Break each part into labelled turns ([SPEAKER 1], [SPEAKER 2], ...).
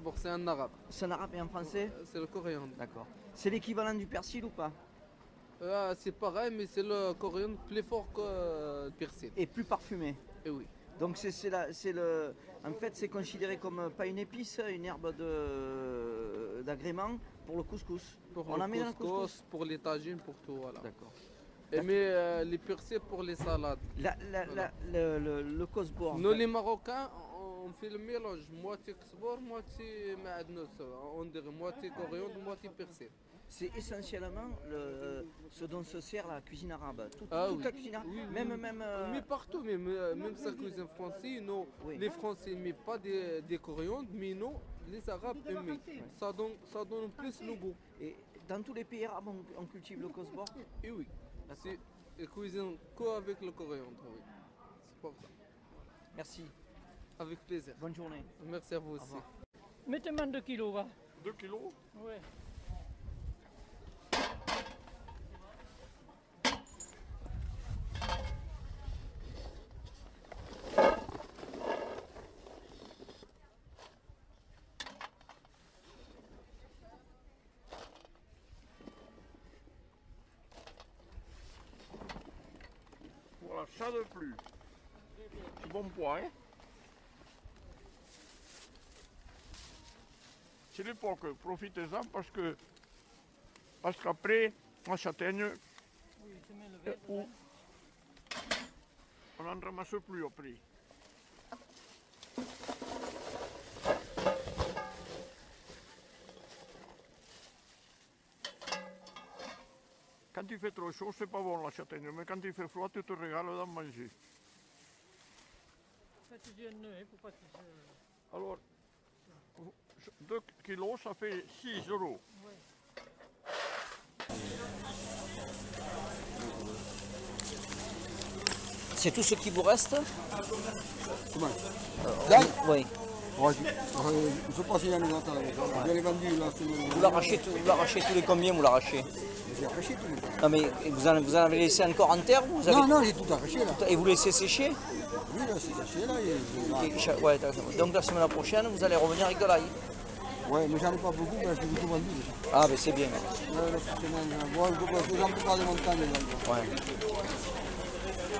[SPEAKER 1] bon, c'est un arabe. Euh,
[SPEAKER 2] C'est un arabe et un français
[SPEAKER 1] C'est le coréen.
[SPEAKER 2] D'accord. C'est l'équivalent du persil ou pas
[SPEAKER 1] Euh, c'est pareil, mais c'est le coréen plus fort que euh, le persil.
[SPEAKER 2] Et plus parfumé.
[SPEAKER 1] Et oui.
[SPEAKER 2] Donc c'est c'est la- c'est le, en fait c'est considéré comme euh, pas une épice, une herbe de d'agrément pour le couscous.
[SPEAKER 1] Pour
[SPEAKER 2] On
[SPEAKER 1] le
[SPEAKER 2] la met dans le
[SPEAKER 1] couscous,
[SPEAKER 2] couscous.
[SPEAKER 1] pour les tagines, pour tout, voilà.
[SPEAKER 2] D'accord.
[SPEAKER 1] Et mais euh, les persils pour les salades.
[SPEAKER 2] La- la- la- le, le, le cosbo, en
[SPEAKER 1] Nous,
[SPEAKER 2] fait.
[SPEAKER 1] les Marocains, on on fait le mélange, moitié ksbour, moitié maadnos. On dirait moitié coréen, moitié persil.
[SPEAKER 2] c'est essentiellement le, euh, ce dont se sert la cuisine arabe. Tout-
[SPEAKER 1] Ah
[SPEAKER 2] toute
[SPEAKER 1] oui.
[SPEAKER 2] la cuisine arabe,
[SPEAKER 1] Oui, oui,
[SPEAKER 2] même
[SPEAKER 1] oui.
[SPEAKER 2] même. euh,
[SPEAKER 1] Mais partout, même, euh, même sa cuisine française, non.
[SPEAKER 2] Oui.
[SPEAKER 1] Les Français, mais pas des, des coréens, mais non, les Arabes aiment. Ça donne, ça donne plus le goût.
[SPEAKER 2] et dans tous les pays arabes on, on cultive le cosbo.
[SPEAKER 1] Et Eh oui, c'est la cuisine qu'avec le coréen, oui. C'est pour ça.
[SPEAKER 2] Merci.
[SPEAKER 1] Avec plaisir.
[SPEAKER 2] Bonne journée.
[SPEAKER 1] Merci à vous aussi.
[SPEAKER 2] revoir.
[SPEAKER 3] Mettez-moi 2 kilos, va.
[SPEAKER 4] 2 kilos
[SPEAKER 3] Ouais.
[SPEAKER 4] Voilà, ça de plus. C'est bon poids, hein C'est l'époque, profitez-en parce que. Parce qu'après, la châtaigne,
[SPEAKER 3] Oui, tu mets le verre.
[SPEAKER 4] ou- on n'en ramasse plus après. Quand il fait trop chaud, c'est pas bon la châtaigne, mais quand il fait froid, tu te régales d'en manger.
[SPEAKER 3] Faites du nœud, hein, pour pas qu'il se...
[SPEAKER 4] Alors, 2 kilos, ça fait 6 euros.
[SPEAKER 2] C'est tout ce qui vous reste
[SPEAKER 5] Là,
[SPEAKER 2] Oui.
[SPEAKER 5] ouais, je, euh, je pense qu'il y en a une autre, là. Je l'ai vendu là, c'est le-
[SPEAKER 2] Vous l'arrachez tout- vous l'arrachez tous les combien vous l'arrachez
[SPEAKER 5] J'ai arraché tout. le temps.
[SPEAKER 2] Non mais vous en, vous en avez laissé encore en terre ou vous avez-
[SPEAKER 5] Non, non, j'ai tout arraché là.
[SPEAKER 2] Et vous laissez sécher
[SPEAKER 5] Oui, là, c'est arraché là. et je- là.
[SPEAKER 2] Et cha- ouais, d'accord. Donc la semaine prochaine, vous allez revenir avec de l'ail.
[SPEAKER 5] Ouais, mais j'en ai pas beaucoup, mais je l'ai tout vendu déjà.
[SPEAKER 2] Ah, ben c'est bien.
[SPEAKER 5] Ouais, là, c'est bon, euh, bon, je peux- j'en peux pas de montagne. là, là.
[SPEAKER 2] Ouais.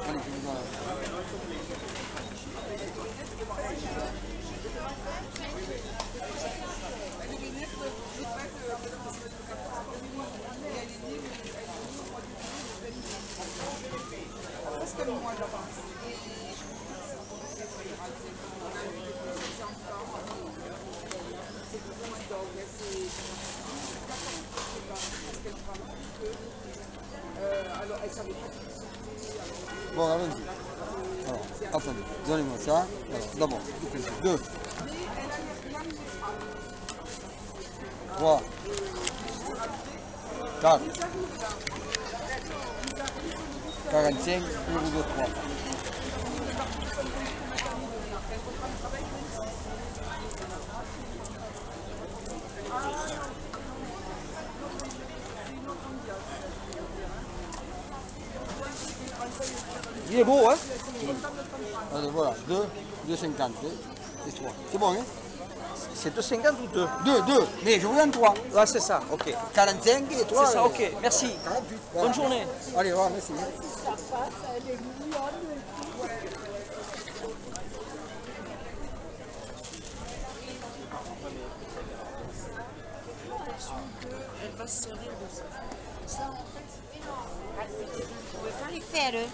[SPEAKER 5] Allez, je vous en- Bon, allons-y. Alors, attendez, donnez-moi ça. Alors, d'abord, deux. Trois. Quatre. 45, plus ou deux, trois.
[SPEAKER 2] Il est beau, hein
[SPEAKER 5] Allez, Euh, voilà, deux, deux cinquante, eh, et trois. C'est bon, hein
[SPEAKER 2] C'est 2,50 ou 2
[SPEAKER 5] Deux, deux, mais je voulais en trois.
[SPEAKER 2] Ah, c'est ça, ok.
[SPEAKER 5] 45 et
[SPEAKER 2] C'est
[SPEAKER 5] trois.
[SPEAKER 2] ça,
[SPEAKER 5] euh,
[SPEAKER 2] ok. Merci.
[SPEAKER 5] 48. voilà.
[SPEAKER 2] Bonne journée.
[SPEAKER 5] Allez, voilà, merci. hein.
[SPEAKER 6] euh,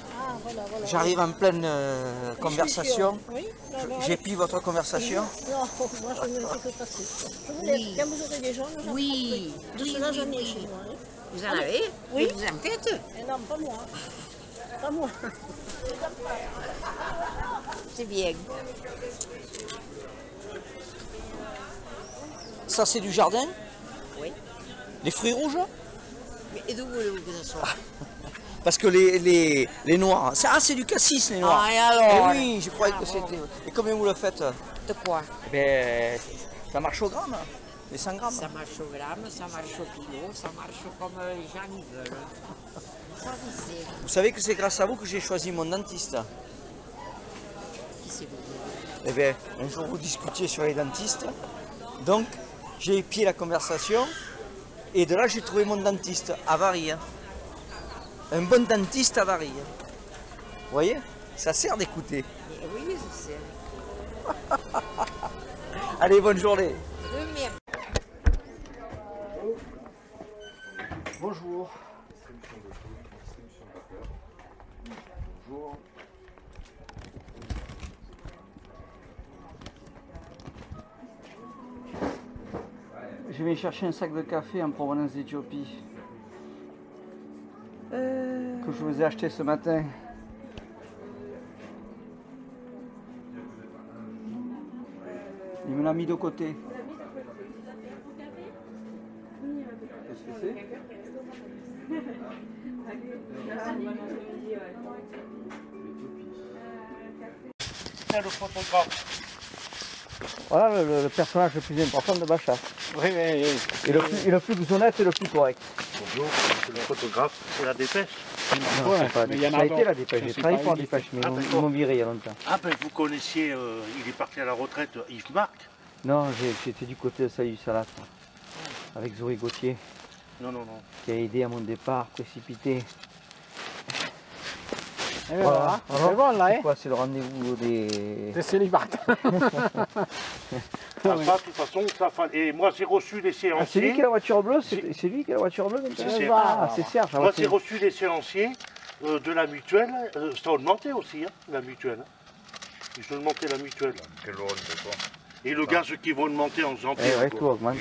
[SPEAKER 2] J'arrive en pleine euh, conversation.
[SPEAKER 7] Oui,
[SPEAKER 2] Je- J'ai pris votre conversation.
[SPEAKER 7] non, moi je ne fais que passer. Je vous laisse, quand vous aurez des gens, j'en
[SPEAKER 6] Oui,
[SPEAKER 7] De cela, j'en ai chez moi. hein.
[SPEAKER 6] vous en avez
[SPEAKER 7] Oui.
[SPEAKER 6] Vous en faites
[SPEAKER 7] Eh non, pas moi. Pas moi.
[SPEAKER 6] C'est bien.
[SPEAKER 2] Ça, c'est du jardin
[SPEAKER 6] Oui.
[SPEAKER 2] Les fruits rouges
[SPEAKER 6] Mais d'où voulez-vous que ça soit
[SPEAKER 2] Parce que les, les, les noirs. c'est- Ah, c'est du cassis, les noirs.
[SPEAKER 6] Ah, et alors
[SPEAKER 2] Eh oui, je croyais que c'était. Et combien vous le faites
[SPEAKER 6] De quoi
[SPEAKER 2] Eh Ben, ça marche au gramme. Les 100 grammes.
[SPEAKER 6] Ça marche au gramme, ça marche au kilo, ça marche comme euh, les gens y veulent. Ça, vous savez
[SPEAKER 2] Vous savez que c'est grâce à vous que j'ai choisi mon dentiste.
[SPEAKER 6] qui c'est vous
[SPEAKER 2] ben, Eh bien, un jour vous discutiez sur les dentistes
[SPEAKER 8] Donc, j'ai épié la conversation et de là, j'ai trouvé mon dentiste à Varilles. Un bon dentiste à Varilles. Vous voyez Ça sert d'écouter.
[SPEAKER 6] Eh Oui, je sais.
[SPEAKER 8] Allez, bonne journée.
[SPEAKER 6] De même.
[SPEAKER 8] Bonjour. Je vais chercher un sac de café en provenance d'Éthiopie
[SPEAKER 6] Euh,
[SPEAKER 8] que je vous ai acheté ce matin. Il me l'a mis de côté. Qu'est-ce que c'est Voilà le, le personnage le plus important de Bachar.
[SPEAKER 9] Oui, mais
[SPEAKER 8] Et le, plus, et le plus honnête et le plus correct.
[SPEAKER 9] le photographe, c'est la dépêche.
[SPEAKER 8] Non, c'est pas la
[SPEAKER 9] mais il y
[SPEAKER 8] dépêche. ça
[SPEAKER 9] en a
[SPEAKER 8] a
[SPEAKER 9] d'autres.
[SPEAKER 8] été la dépêche.
[SPEAKER 9] Je
[SPEAKER 8] J'ai
[SPEAKER 9] sais
[SPEAKER 8] travaillé
[SPEAKER 9] pas,
[SPEAKER 8] pour la
[SPEAKER 9] il est-
[SPEAKER 8] dépêche, mais
[SPEAKER 9] Ah,
[SPEAKER 8] ils m'ont- ils
[SPEAKER 9] d'accord.
[SPEAKER 8] m'ont viré hein, il y a longtemps.
[SPEAKER 9] Ah, ben vous connaissiez, euh, il est parti à la retraite, euh, Yves Marc
[SPEAKER 8] Non, j'ai- j'étais du côté de Salut Salat, avec Zoé Gauthier,
[SPEAKER 9] Non, non, non.
[SPEAKER 8] qui a aidé à mon départ précipité.
[SPEAKER 9] Eh ben,
[SPEAKER 8] Voilà.
[SPEAKER 9] voilà. C'est bon, là, hein
[SPEAKER 8] C'est quoi, c'est le rendez-vous des...
[SPEAKER 9] C'est célibataire. ah, ça, de toute façon, ça fa- Et moi, j'ai reçu des
[SPEAKER 8] Ah, c'est lui
[SPEAKER 9] séanciers.
[SPEAKER 8] qui a la voiture bleue C'est c'est lui qui a la voiture bleue maintenant
[SPEAKER 9] C'est Serge.
[SPEAKER 8] Ah, c'est Serge. ah,
[SPEAKER 9] moi,
[SPEAKER 8] ok.
[SPEAKER 9] j'ai reçu des séanciers euh, de la mutuelle. Euh, ça a augmenté aussi, hein, la mutuelle. hein. Ils ont augmenté la mutuelle. Et le gaz qui va augmenter en janvier.
[SPEAKER 8] Eh ouais,
[SPEAKER 9] quoi.
[SPEAKER 8] tout augmente.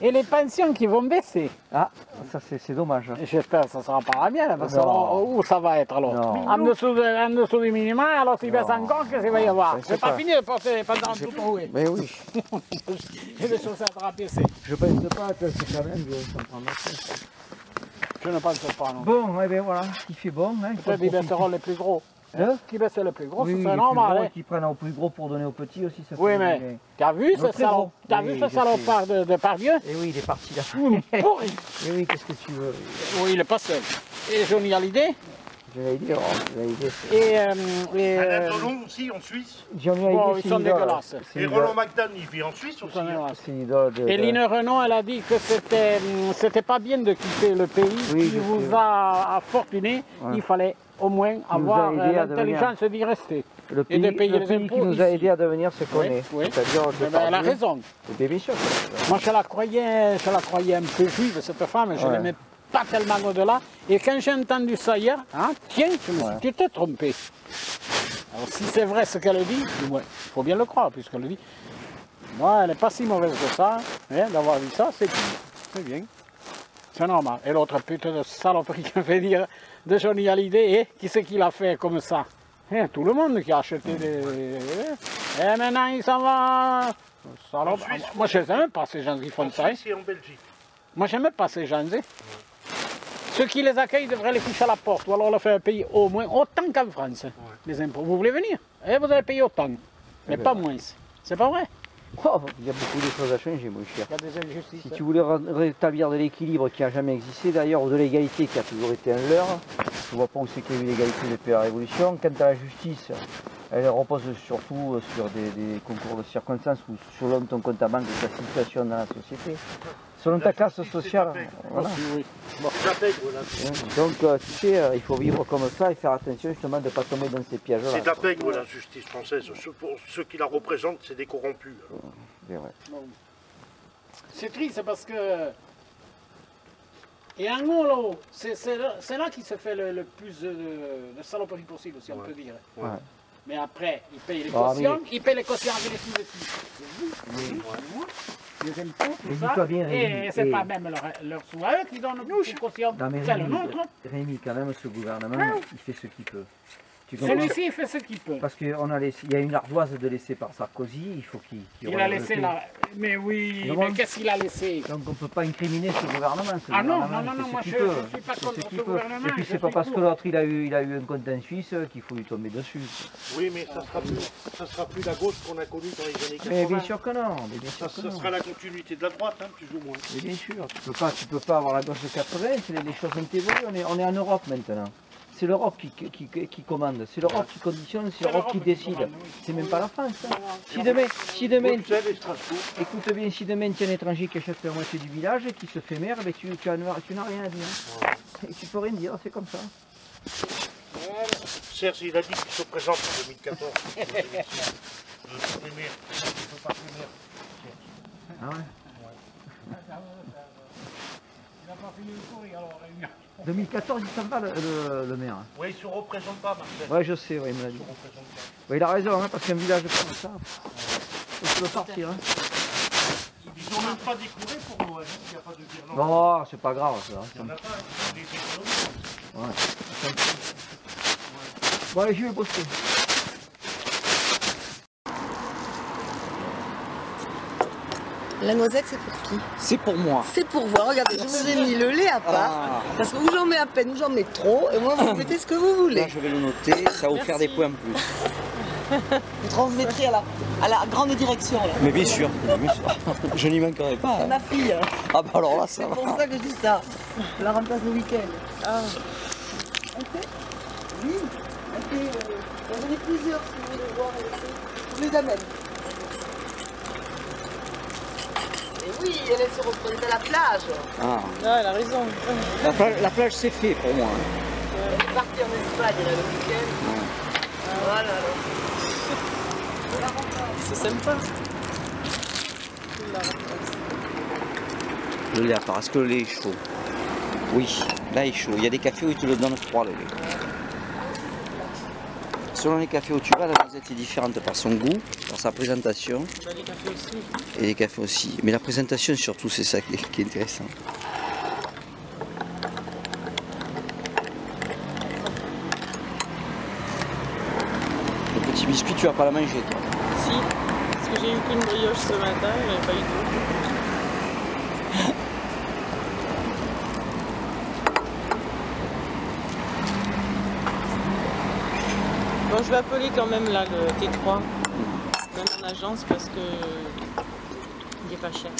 [SPEAKER 5] Et les pensions qui vont baisser
[SPEAKER 8] Ah, ça c'est c'est dommage. hein.
[SPEAKER 5] J'espère que ça ne sera pas la mienne, parce que
[SPEAKER 8] Non.
[SPEAKER 5] alors, où ça va être alors
[SPEAKER 8] Non.
[SPEAKER 5] en dessous, de- en dessous du minimum, alors s'il baisse
[SPEAKER 8] Non.
[SPEAKER 5] encore, qu'est-ce qu'il va y avoir
[SPEAKER 8] Je sais
[SPEAKER 5] C'est pas,
[SPEAKER 8] pas.
[SPEAKER 5] fini de penser pendant tout le ben oui.
[SPEAKER 8] Mais oui,
[SPEAKER 5] J'ai des choses à rabaisser.
[SPEAKER 8] je pense pas que c'est quand même...
[SPEAKER 5] Je ne pense pas, non.
[SPEAKER 8] Bon, eh bien voilà, il fait bon. Hein, il faut
[SPEAKER 5] Peut-être qu'ils
[SPEAKER 8] profiter.
[SPEAKER 5] baisseront les plus gros.
[SPEAKER 8] Hein
[SPEAKER 5] qui baissent les plus gros,
[SPEAKER 8] Oui,
[SPEAKER 5] c'est
[SPEAKER 8] les plus
[SPEAKER 5] normal.
[SPEAKER 8] gros
[SPEAKER 5] hein.
[SPEAKER 8] qui prennent au plus gros pour donner au petit aussi, ça
[SPEAKER 5] Oui,
[SPEAKER 8] fait-
[SPEAKER 5] mais T'as vu
[SPEAKER 8] Le
[SPEAKER 5] ce
[SPEAKER 8] plus
[SPEAKER 5] salon,
[SPEAKER 8] gros.
[SPEAKER 5] t'as
[SPEAKER 8] Oui,
[SPEAKER 5] vu ce
[SPEAKER 8] je
[SPEAKER 5] salon
[SPEAKER 8] sais.
[SPEAKER 5] par de, de Pardieu
[SPEAKER 8] Eh oui, il est parti là.
[SPEAKER 5] Pourri.
[SPEAKER 8] Eh oui, qu'est-ce que tu veux
[SPEAKER 5] Oui, il est pas seul. Et Johnny Hallyday
[SPEAKER 8] Je l'ai dit, oh, je l'ai dit. c'est-
[SPEAKER 5] et, euh, et,
[SPEAKER 9] Ah, Alain
[SPEAKER 5] euh,
[SPEAKER 9] Delon aussi, en Suisse.
[SPEAKER 8] Johnny
[SPEAKER 5] Bon,
[SPEAKER 8] Hallyday,
[SPEAKER 5] ils
[SPEAKER 8] c'est
[SPEAKER 5] sont
[SPEAKER 8] une idole.
[SPEAKER 5] dégueulasses.
[SPEAKER 8] C'est
[SPEAKER 9] Et
[SPEAKER 8] une
[SPEAKER 9] Roland
[SPEAKER 8] idole-
[SPEAKER 9] McDan, il vit en Suisse aussi. hein.
[SPEAKER 8] c'est une idole de-
[SPEAKER 5] Et Lynn Renan, elle a dit que c'était hum, c'était pas bien de quitter le pays
[SPEAKER 8] Oui,
[SPEAKER 5] qui
[SPEAKER 8] je
[SPEAKER 5] vous
[SPEAKER 8] sais.
[SPEAKER 5] a fortuné.
[SPEAKER 8] Ouais.
[SPEAKER 5] Il fallait au moins avoir
[SPEAKER 8] aidé
[SPEAKER 5] euh,
[SPEAKER 8] à devenir-
[SPEAKER 5] l'intelligence d'y rester.
[SPEAKER 8] le
[SPEAKER 5] et
[SPEAKER 8] pays,
[SPEAKER 5] de payer
[SPEAKER 8] le
[SPEAKER 5] les
[SPEAKER 8] pays qui
[SPEAKER 5] impôts
[SPEAKER 8] nous a
[SPEAKER 5] ici.
[SPEAKER 8] aidés à devenir ce qu'on
[SPEAKER 5] Oui,
[SPEAKER 8] est.
[SPEAKER 5] oui.
[SPEAKER 8] C'est-à-dire de
[SPEAKER 5] Eh ben, elle a
[SPEAKER 8] parler-
[SPEAKER 5] raison.
[SPEAKER 8] Eh bien, bien sûr.
[SPEAKER 5] Moi, je la croyais, je la croyais un peu juive, cette femme. Je
[SPEAKER 8] Ouais.
[SPEAKER 5] l'aimais pas tellement au-delà. Et quand j'ai entendu ça hier, hein, tiens, je me suis dit, tu t'es trompé. Alors, si c'est vrai ce qu'elle dit, du moins, il faut bien le croire, puisqu'elle le dit. Moi, elle n'est pas si mauvaise que ça. hein, D'avoir vu ça, c'est bien. C'est bien. C'est normal. Et l'autre pute de saloperie qui fait dire de Johnny Hallyday, eh, qui c'est qui l'a fait comme ça Eh, Tout le monde qui a acheté des. Et maintenant, il s'en va. Salope. Ah,
[SPEAKER 9] En Suisse,
[SPEAKER 5] Moi, je les aime pas, ces gens qui font
[SPEAKER 9] En
[SPEAKER 5] ça. hein.
[SPEAKER 9] Suisse et en Belgique.
[SPEAKER 5] Moi, j'aime pas ces gens. hein. Ceux qui les accueillent devraient les coucher à la porte, ou alors leur faire payer au moins autant qu'en France, hein, les impôts. Vous voulez venir Et vous allez payer autant, mais pas moins. C'est pas vrai
[SPEAKER 8] Oh, il y a beaucoup de choses à changer, mon cher.
[SPEAKER 5] Il y a des injustices.
[SPEAKER 8] Si tu voulais re- rétablir de l'équilibre qui n'a jamais existé d'ailleurs, ou de l'égalité qui a toujours été un leurre, je vois pas où c'est qu'il y a eu l'égalité depuis la Révolution. Quant à la justice, elle repose surtout euh, sur des, des concours de circonstances ou selon ton compte à banque et ta situation dans la société. Selon ta
[SPEAKER 9] La
[SPEAKER 8] classe
[SPEAKER 9] justice, c'est
[SPEAKER 8] sociale.
[SPEAKER 9] ta paix.
[SPEAKER 8] voilà.
[SPEAKER 9] D'apègre, la-
[SPEAKER 8] Donc euh, tu sais, euh, il faut vivre comme ça et faire attention justement de ne pas tomber dans ces pièges-là.
[SPEAKER 9] C'est d'apègre la justice française. Ceux, pour- ceux qui la représentent, c'est des corrompus.
[SPEAKER 8] C'est vrai.
[SPEAKER 5] C'est triste parce que. Et en gros, là-haut, c'est c'est là, c'est là qu'il se fait le, le plus de, de saloperie possible, si on peut dire.
[SPEAKER 9] Ouais.
[SPEAKER 5] Mais après, il paye les
[SPEAKER 8] Ah,
[SPEAKER 5] cautions, il paye les cautions avec les sous-études. Les impôts, tout ça.
[SPEAKER 8] Réduis-toi bien, Rémi.
[SPEAKER 5] et c'est
[SPEAKER 8] Et-
[SPEAKER 5] pas même leur, leur sous à eux qui donnent nous les cautions.
[SPEAKER 8] Non, mais
[SPEAKER 5] C'est le
[SPEAKER 8] Rémi,
[SPEAKER 5] nôtre. hein.
[SPEAKER 8] Rémi, quand même, ce gouvernement,
[SPEAKER 9] Hein
[SPEAKER 8] il fait ce qu'il peut. Tu comprends
[SPEAKER 5] Celui-ci, il fait ce qu'il peut.
[SPEAKER 8] Parce qu'il y a une ardoise de laisser par Sarkozy, il faut qu'il.
[SPEAKER 5] Il
[SPEAKER 8] qu'il
[SPEAKER 5] a
[SPEAKER 8] relève le
[SPEAKER 5] laissé
[SPEAKER 8] pays.
[SPEAKER 5] là. Mais oui,
[SPEAKER 8] Vraiment
[SPEAKER 5] mais qu'est-ce qu'il a laissé
[SPEAKER 8] Donc on ne peut pas incriminer ce gouvernement. ce
[SPEAKER 5] Ah non, non, non,
[SPEAKER 8] gouvernement, il
[SPEAKER 5] non,
[SPEAKER 8] fait
[SPEAKER 5] moi,
[SPEAKER 8] ce qu'il
[SPEAKER 5] je-
[SPEAKER 8] peut.
[SPEAKER 5] je suis pas
[SPEAKER 8] Il fait
[SPEAKER 5] contre
[SPEAKER 8] ce qu'il
[SPEAKER 5] ce
[SPEAKER 8] peut.
[SPEAKER 5] gouvernement,
[SPEAKER 8] Et puis
[SPEAKER 5] je
[SPEAKER 8] c'est pas
[SPEAKER 5] suis
[SPEAKER 8] parce que
[SPEAKER 5] pour.
[SPEAKER 8] l'autre il a eu, il a eu un compte en Suisse euh, qu'il faut lui tomber dessus.
[SPEAKER 9] Oui, mais ça sera plus, ça sera plus la gauche qu'on a connue dans les années 80.
[SPEAKER 8] Mais bien sûr que non, mais bien
[SPEAKER 9] Ça,
[SPEAKER 8] sûr que
[SPEAKER 9] Ah, ça
[SPEAKER 8] non.
[SPEAKER 9] sera la continuité de la droite, hein, plus ou moins.
[SPEAKER 8] Mais bien sûr, tu peux pas, tu peux pas avoir la gauche de 80, c'est- les, les choses ont évolué, on est, on est en Europe maintenant. c'est l'Europe qui, qui, qui commande, c'est l'Europe qui conditionne, c'est l'Europe qui décide. C'est même pas la France. hein. Si demain, si demain,
[SPEAKER 9] Bruxelles et Strasbourg.
[SPEAKER 8] écoute bien, si demain tu es un étranger qui achète la moitié du village et qui se fait maire, ben, tu, tu as- tu n'as rien à dire. Et tu peux rien dire, c'est comme ça.
[SPEAKER 9] Serge, il a dit qu'il se présente en 2014. Je peux plus maire. Je peux pas plus maire.
[SPEAKER 8] Ah ouais.
[SPEAKER 2] Il n'a pas fini de courir alors,
[SPEAKER 8] 2014, il s'en va le, le- le maire. hein.
[SPEAKER 9] Oui, il se représente pas, Marcel.
[SPEAKER 8] Ouais, je sais, ouais, il me l'a dit. Ouais, il a raison, hein, parce qu'un village comme ça, pff, tu peux partir. Hein.
[SPEAKER 9] Ils n'ont même pas découvert pour nous, hein, il n'y a pas de guirlande.
[SPEAKER 8] Non, c'est pas grave. Ça,
[SPEAKER 9] Il n'y en a pas, hein, des économies.
[SPEAKER 8] Bon, allez, je vais bosser.
[SPEAKER 6] La noisette, c'est pour qui
[SPEAKER 2] C'est pour moi.
[SPEAKER 6] C'est pour voir. Regardez, je vous ai mis le lait à
[SPEAKER 8] Ah.
[SPEAKER 6] part. Parce que vous en mets à peine, vous en mets trop. Et moi, vous mettez ce que vous voulez.
[SPEAKER 8] je vais le noter, ça va vous faire des points en plus.
[SPEAKER 6] Vous transmettrez à la, à la grande direction. Là.
[SPEAKER 8] Mais bien sûr, bien sûr. je n'y manquerai pas.
[SPEAKER 6] Ma fille, hein.
[SPEAKER 8] Ah bah alors là, ça
[SPEAKER 6] c'est pour ça que je dis ça. Je la remplace le week-end. Ah. Ok Oui. Ok. euh, J'en ai plusieurs si vous voulez voir. Je vous les amène. Et oui, elle elle se représente à la plage.
[SPEAKER 8] La plage, c'est fait pour moi. hein.
[SPEAKER 6] Elle Euh, est partie en Espagne là, le week-end. Ah, Voilà. alors.
[SPEAKER 8] Le lait à part, est-ce que le lait est chaud Oui, là il est chaud. Il y a des cafés où ils te le donnent froid le lait. Selon les cafés où tu vas, la noisette est différente par son goût, par sa présentation. Et les cafés aussi. Mais la présentation surtout, c'est ça qui est, qui est intéressant. Le petit biscuit, tu vas pas la manger toi.
[SPEAKER 5] Si, parce que j'ai eu qu'une brioche ce matin, j'avais pas eu d'eau. Bon, je vais appeler quand même là le T3, même en agence parce que il est pas cher.